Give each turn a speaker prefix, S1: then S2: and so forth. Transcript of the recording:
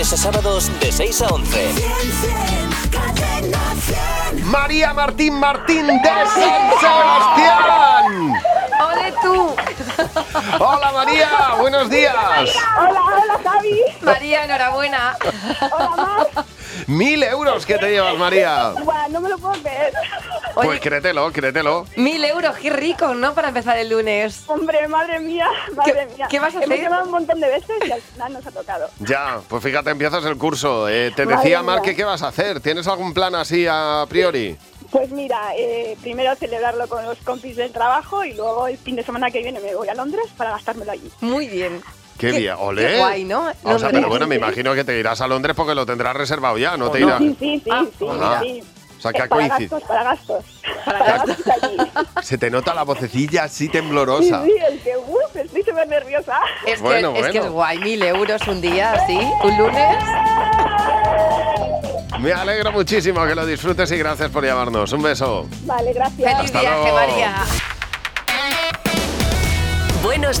S1: a sábados de 6 a 11.
S2: María Martín Martín de San Sebastián.
S3: ¡Ole tú!
S2: Hola María, buenos días.
S4: Hola, hola Javi.
S3: María, enhorabuena.
S4: Hola Mar.
S2: Mil euros que te llevas María.
S4: Buah, no me lo puedo creer.
S2: Pues créetelo, créetelo.
S3: Mil euros, qué rico, ¿no? Para empezar el lunes.
S4: Hombre, madre mía, madre
S3: ¿Qué-
S4: mía.
S3: qué vas a
S4: Hemos
S3: hacer?
S4: llamado un montón de veces y al final nos ha tocado.
S2: Ya, pues fíjate, empiezas el curso. Eh, te
S4: Madre
S2: decía
S4: mía.
S2: Mar que qué vas a hacer. ¿Tienes algún plan así a priori?
S4: Pues mira, eh, primero celebrarlo con los compis del trabajo y luego el fin de semana que viene me voy a Londres para gastármelo allí.
S3: Muy bien.
S2: Qué bien, olé.
S3: Qué guay, ¿no?
S2: O sea,
S3: Londres.
S2: pero bueno, me imagino que te irás a Londres porque lo tendrás reservado ya, no te irás.
S4: Sí, sí, sí,
S3: Ah,
S4: sí,
S2: ah.
S4: sí.
S2: O sea, que
S4: Eh,
S2: ha
S4: para
S2: coincidido.
S4: gastos, para gastos. Para
S2: gastos.
S4: gastos allí.
S2: Se te nota la vocecilla así
S4: Sí,
S2: temblorosa.
S4: sí, el que, uff, estoy súper nerviosa.
S3: Es,
S2: Bueno,
S3: que, es que
S2: bueno.
S3: es guay, mil euros un día, así, un lunes.
S2: Me alegro muchísimo que lo disfrutes y gracias por llamarnos. Un beso.
S4: Vale, gracias.
S3: Feliz
S2: Hasta
S3: viaje,
S2: luego.
S3: María.
S5: Buenos